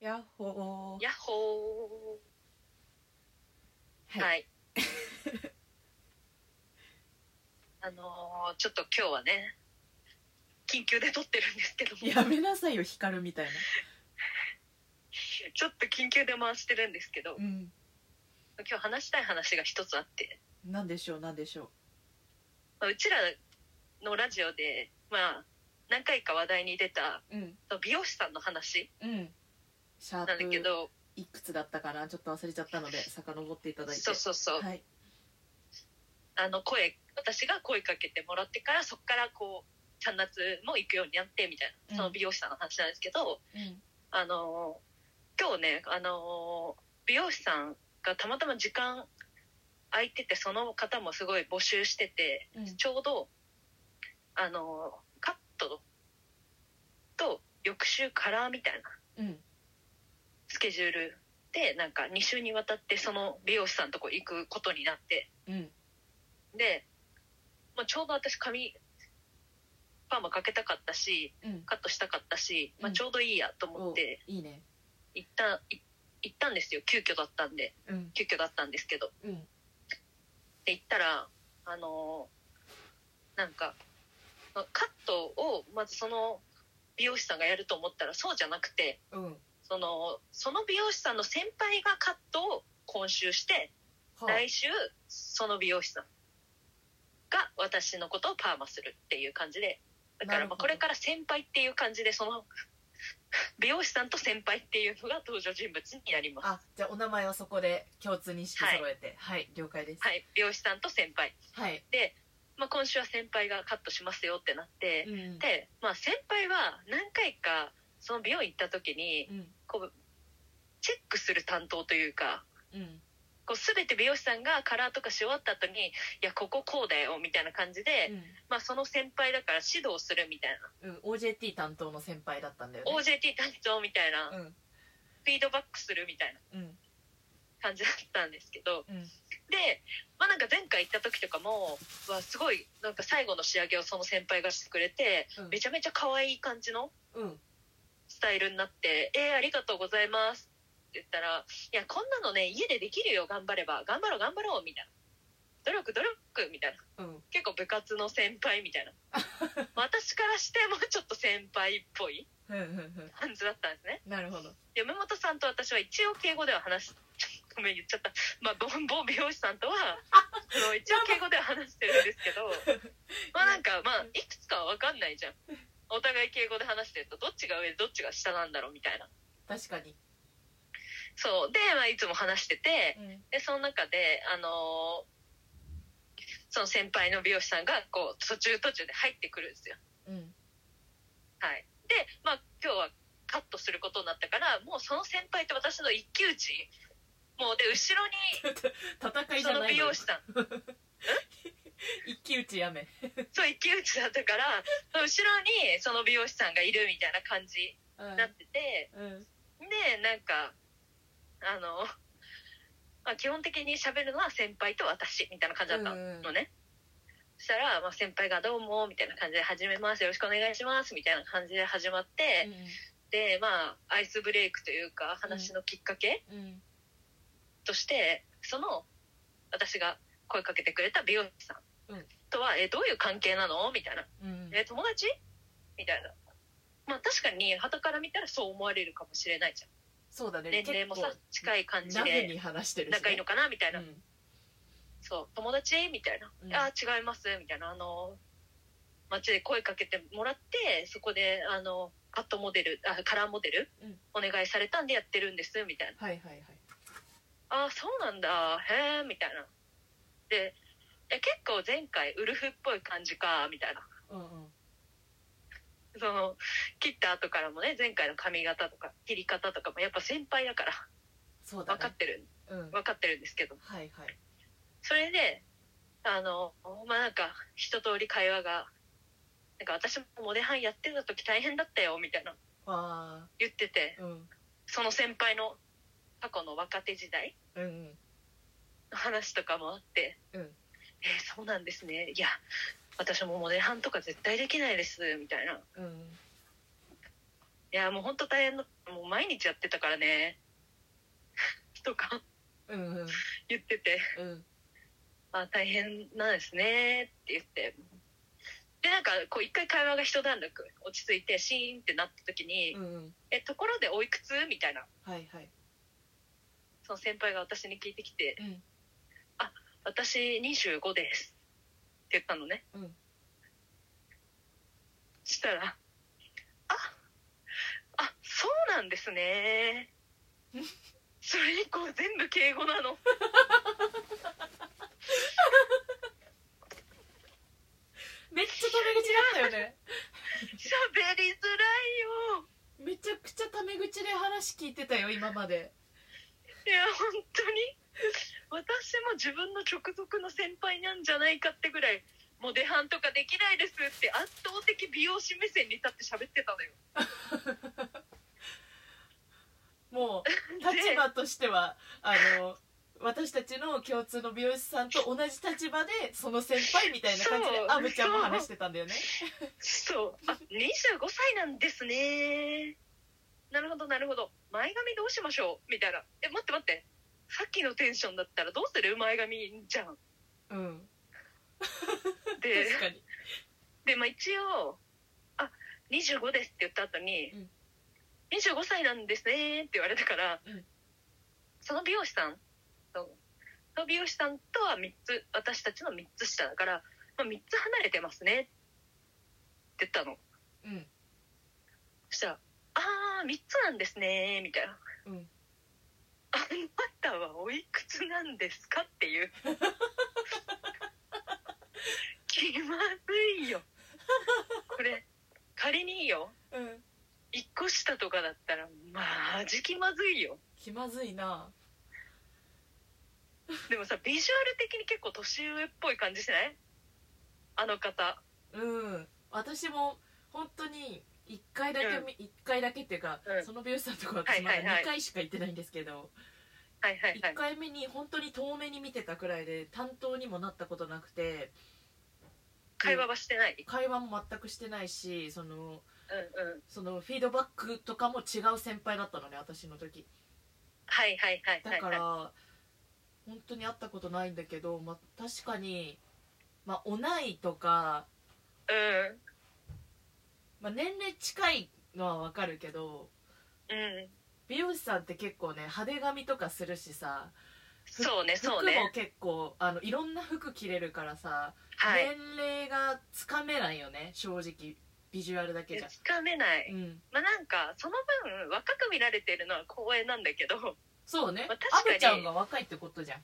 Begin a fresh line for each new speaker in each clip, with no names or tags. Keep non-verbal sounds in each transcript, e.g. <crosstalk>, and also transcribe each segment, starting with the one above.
やっほー
ヤッホー
は、
はいいあのーちょっと今日はね緊急で撮ってるんですけども
やめなさいよ光るみたいな
ちょっと緊急で回してるんですけど
うん
今日話したい話が一つあって、
なんでしょうなんでしょう
まあ、うちらのラジオでまあ何回か話題に出た
うん
美容師さんの話
うんシャ
なんだけ
ープ
ど
いくつだったかなちょっと忘れちゃったので遡っていただいて
そうそうそう、
はい
あの声私が声かけてもらってからそこからこうちゃんなつも行くようになってみたいなその美容師さんの話なんですけど、
うん
あのー今日ね、あのー美容師さんがたまたま時間空いててその方もすごい募集してて
うん
ちょうど、あのーカットと翌週カラーみたいな
うん
スケジュールでなんか2週にわたってその美容師さんのとこ行くことになって
うん
で、まあ、ちょうど私髪パーマかけたかったし
うん
カットしたかったし、ま
う
あ、
ん
ちょうどいいやと思
お
って
いいね
行ったい行ったんですよ急遽だったんで。
うん
急遽だったんですけど
うん
で行ったらあのーなんかまあカットをまずその美容師さんがやると思ったらそうじゃなくて
うん
そのその美容師さんの先輩がカットを今週して
は
来週その美容師さんが私のことをパーマするっていう感じでだか
な
ら
るほ
ま
ど
あこれから先輩っていう感じでその美容師さんと先輩っていうのが登場人物になります。
あじゃあお名前はそこで共通に識揃えてはい、了解です
はい、美容師さんと先輩
はい、
まあ、今週は先輩がカットしますよってなって、
うん
で、まあ、先輩は何回かその美容院行った時に
うん
こうチェックする担当というか
うん
こう全て美容師さんがカラーとかし終わった後に「いやこここうだよ」みたいな感じで、まあ、その先輩だから指導するみたいな、
うん、うん、OJT 担当の先輩だったんだよね
OJT 担当みたいな、フ
うん
ィードバックするみたいな
うん
感じだったんですけど、
うん
で、まあ、なんか前回行った時とかもわすごいなんか最後の仕上げをその先輩がしてくれて
うん
めちゃめちゃ可愛い感じの
うん
スタイルになって「えー、ありがとうございます」って言ったら「いやこんなのね家でできるよ頑張れば頑張ろう頑張ろう」みたいな「努力努力」みたい
う
な
ん
結構部活の先輩みたいな私からしてもちょっと先輩っぽい
うんうんうん
感じだったんですね
なるほど
嫁本さんと私は一応敬語では話しごめん言っちゃった <laughs> まあボンボン美容師さんとはその一応敬語では話してるんですけどまあなんかまあいくつかは分かんないじゃんお互い敬語で話してるとどっちが上でどっちが下なんだろうみたいな
確かに
そうで、まあ、いつも話してて
うん
でその中で、あのーその先輩の美容師さんがこう途中途中で入ってくるんですよ、
うん
はい、で、まあ、今日はカットすることになったからもうその先輩と私の一騎打ちもうで後ろ
戦い
に
じ
そ
ゃ
の
ないのよ
美容師さん
一騎打ちやめ
そう一騎打ちだったから後ろにその美容師さんがいるみたいな感じ
う
になってて。
ん
でなんかあの、まあ、基本的に喋るのは先輩と私みたいな感じだったのね、
うんうん
そしたら、まあ、先輩が「どうも」みたいな感じで「始めますよろしくお願いします」みたいな感じで始まって、でまあアイスブレイクというか話のきっかけ
うんうん
として、その私が声かけてくれた美容師さん
うん
とは「えどういう関係なの?」みたいな
うん
「え友達?」みたいな。まあ確かに傍から見たらそう思われるかもしれないじゃん
そうだね
年齢もさ近い感
結
じ
構
で
鍋に話してるしね
仲いいのかなみたいな、
うん
そう友達みたいな、
うん
あー違いますみたいなあの街で声かけてもらってそこであのカットモデルあカラーモデル、
うん
お願いされたんでやってるんですみたいな
はいはいはい
あーそうなんだへえみたいなでえ結構前回ウルフっぽい感じかみたいな <laughs>
うんうん
その切った後からもね前回の髪型とか切り方とかもやっぱ先輩だから
そうだ
分か
ね
ってる
うん
分かってるんですけど
はいはい
それであのまあなんか一通り会話がなんか私もモデハンやってた時大変だったよみたいな
わ
言ってて
ーうん
その先輩の過去の若手時代
うんうん
の話とかもあって、
うん
えーそうなんですねいや私もモデハンとか絶対できないですみたいな
うん
いやもう本当大変だもう毎日やってたからねとか
うんうん
言ってて
うん
あ大変なんですねって言ってでなんかこう一回会話が一段落落ち着いてシーンってなった時に「
うんうん
えところでおいくつ?」みたいな
はいはい
その先輩が私に聞いてきて
うん
「私25です」って言ったのね、
うん
したら「ああそうなんで
<laughs>
すね」それ以降全部敬語なの
めっちゃタメ口だったよね
喋りづらいよ
めちゃくちゃタメ口で話聞いてたよ今まで
いや本当に私も自分の直属の先輩なんじゃないかってぐらいもう出半とかできないですって圧倒的美容師目線に立って喋ってたのよ
もう立場としてはあの私たちの共通の美容師さんと同じ立場でその先輩みたいな感じで
そう
アブちゃんも話してたんだよね
そうあ25歳なんですねなるほどなるほど前髪どうしましょうみたいなえ待って待ってさっきのテンションだったらどうする前髪じゃん
うん
で
確かに
で、まあ、一応「あ25です」って言った後に「
うん
25歳なんですね」って言われたから、
うん
その美容師さんとその美容師さんとは3つ私たちの3つ下だから、まあ、3つ離れてますねって言ったの
うん
そしたら「ああ3つなんですね」みたいな「
うん
あなたはおいくつなんですか?」っていう
<laughs>
気まずいよこれ仮によ
うん
1個下とかだったらマジ気まずいよ
気まずいな
でもさビジュアル的に結構年上っぽい感じしないあの方
うん私も本当に1回だけみ、一回だけっていうか、
うん
その美容師さんとか
は
私
い
まだ
はいはい
2回しか行ってないんですけど、
はいはいはい
1回目に本当に遠目に見てたくらいで担当にもなったことなくて
会話はしてない
会話も全くしてないしその
うんうん
そのフィードバックとかも違う先輩だったのね私の時
はいはいはいは
だ
い
か
はい
ら、本当に会ったことないんだけど、まあ、確かに、まあ、同いとか、
うん
まあ、年齢近いのはわかるけど
うん
美容師さんって結構ね派手髪とかするしさ
そうね
服
そ
も
うね
結構あのいろんな服着れるからさ、
はい
年齢がつかめないよね正直ビジュアルだけじゃ
つかめない、
うん
まあなんかその分若く見られてるのは光栄なんだけど
そうね
まあ確か
ア
に
ブちゃんが若いってことじゃん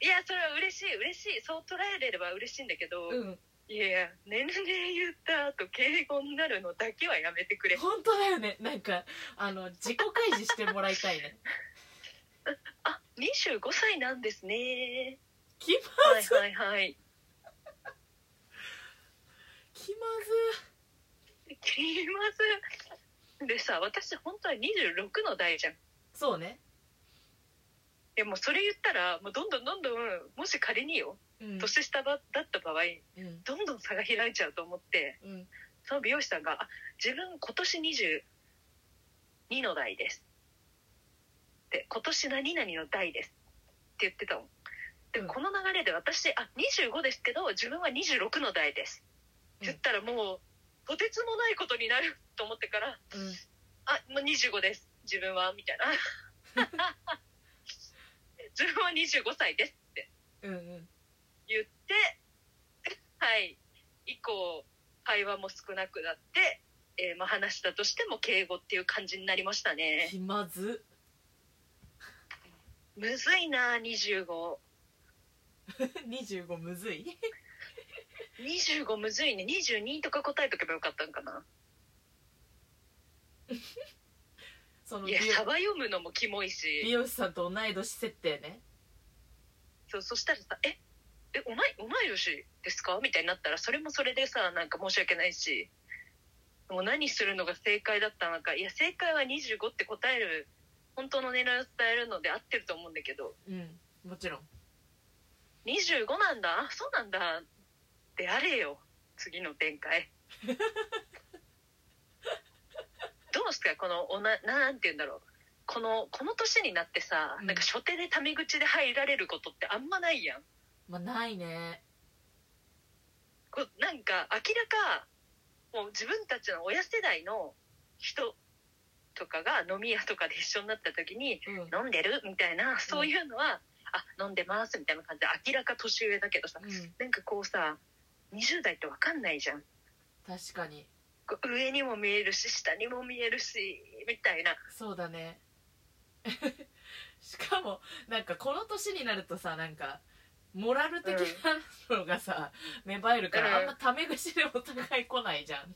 いやそれは嬉しい嬉しいそう捉えれれば嬉しいんだけど、
うん
いやいや年齢言った後敬語になるのだけはやめてくれ
本当だよねなんかあの自己開示してもらいたい
<laughs>
ね
あ25歳なんですね
気ま
はいはいはい
気ま
気まずでさ私本当は26の代じゃん
ずそうね
でもうそれ言ったらもうどんどんどんどんもし仮によ
うん
年下ばだった場合
うん
どんどん差が開いちゃうと思って
うん
その美容師さんがあ「自分今年22の代です」で「今年何々の代です」って言ってたので、
うん
この流れで私「あ25ですけど自分は26の代です」って言ったらもう、とてつもないことになると思ってから
うん
「あもう25です自分は」みたい
<laughs>
な「自分は25歳です」って
うんうん
言って <laughs> はい以降会話も少なくなって、えーまあ、話したとしても敬語っていう感じになりましたね
気まず
むずいな2525
25むずい
むずいね22とか答えとけばよかったんかな
その美
いや
容
サバ読むのもキモい
美
し
容師さんと同い年設定ね
そうそしたらさ「ええお前同い年ですか?」みたいになったらそれもそれでさなんか申し訳ないしもう何するのが正解だったのかいや正解は25って答える本当の狙いを伝えるので合ってると思うんだけど
うんもちろん
25なんだあそうなんだであれよ次の展開 <laughs> どうすかこのおななんて言うんだろうこのこの年になってさ、
うん
なんか初手でタメ口で入られることってあんまないやん
まあないね
こうなんか明らかもう自分たちの親世代の人とかが飲み屋とかで一緒になった時に
うん
「飲んでる?」みたいなそういうのは「あ飲んでます」みたいな感じで明らか年上だけどさ
うん
なんかこうさ20代って分かんないじゃん
確かに
こう上にも見えるし下にも見えるしみたいな
そうだね <laughs> しかもなんかこの年になるとさなんかモラル的なのがさ、芽生えるから、
うん
あんまタメ口でお互い来ないじゃん、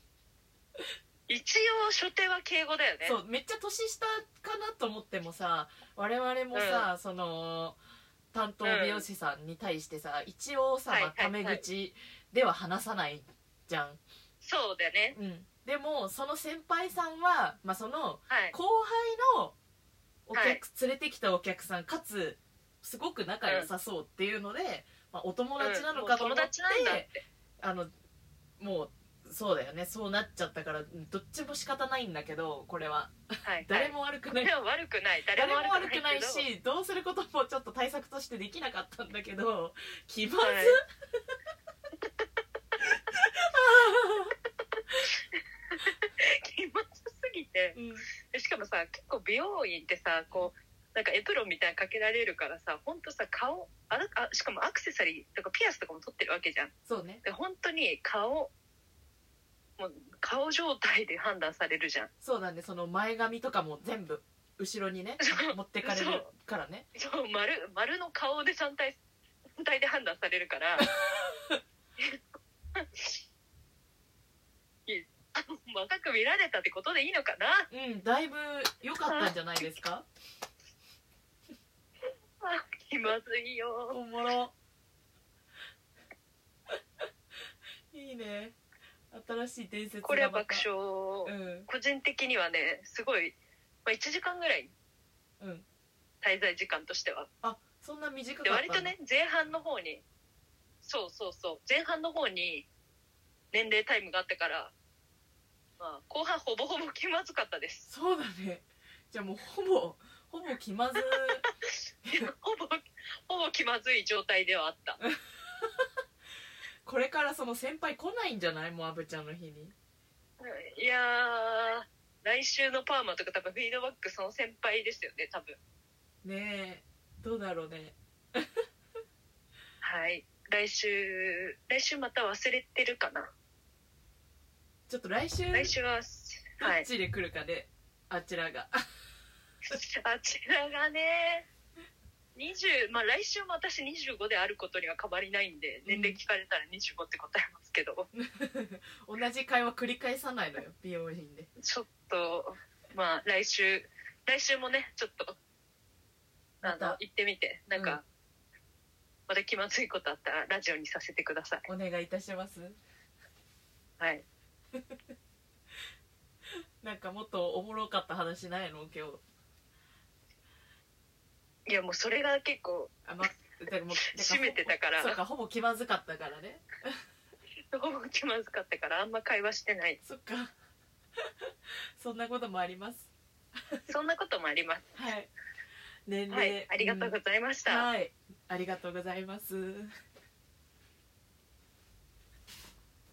一応初手は敬語だよね
そうめっちゃ年下かなと思ってもさ我々もさ、その担当美容師さんに対してさ一応さ、
はい
まあタメ
はいはい
口では話さないじゃん、
そうだよね
うん、でもその先輩さんは、まあ、その
はい
後輩のお客、
はい
連れてきたお客さんかつすごく仲良さそうっていうので、まあ、お友達なのかと思って、
うんもう友達なんだって
あのもうそうだよねそうなっちゃったからどっちも仕方ないんだけどこれは
はい
誰も悪くない、
誰も悪くない誰
誰
も
も悪
悪
く
く
な
ない
い
けど
しどうすることもちょっと対策としてできなかったんだけど気まず、
はい気まずすぎて
うん
でしかもさ結構美容院ってさこうなんかエプロンみたいなのかけられるからさほんとさ顔あらあしかもアクセサリーとかピアスとかも取ってるわけじゃん
そうね
で本当に顔もう顔状態で判断されるじゃん
そうなんでその前髪とかも全部後ろにね
そう
持ってかれるからね
そう丸丸の顔で単体単体で判断されるから <laughs> いやあ若く見られたってことでいいのかな
うんだいぶ良かったんじゃないですか
あ気まずいよ
おもろ <laughs> いいね新しい伝説がまた
これは爆笑
うん
個人的にはねすごい、まあ、1時間ぐらい
うん
滞在時間としては
あそんな短かっ
で
た
割とね前半の方にそうそうそう前半の方に年齢タイムがあったから、まあ、後半ほぼほぼ気まずかったです
そうだねじゃあもうほぼほぼ気まず
ほぼほぼ気まずい状態ではあった
これからその先輩来ないんじゃないもうアブちゃんの日に
いやー来週のパーマとか多分フィードバックその先輩ですよね多分
ねえどうだろうね
はい来週来週また忘れてるかな
ちょっと来週
来週は
ど
は
っ
い
ちで来るかで、あちらが <laughs>
あちらがね20まあ来週も私25であることには変わりないんで年齢聞かれたら25って答えますけど、
同じ会話繰り返さないのよ美容院で
ちょっとまあ来週来週もねちょっとあ
ま
の
た
行ってみてなんか、
うん
また気まずいことあったらラジオにさせてください
お願いいたします
はい
なんかもっとおもろかった話ないの今日
いやもうそれが結構 <laughs>
あまでも
閉めてたから
そうかほぼ気まずかったからね
ほぼ気まずかったからあんま会話してない
そっか <laughs> そんなこともあります
そんなこともあります
はい年齢、
はいありがとう
ざい
ございまし
ま
た、
はいありがとうございます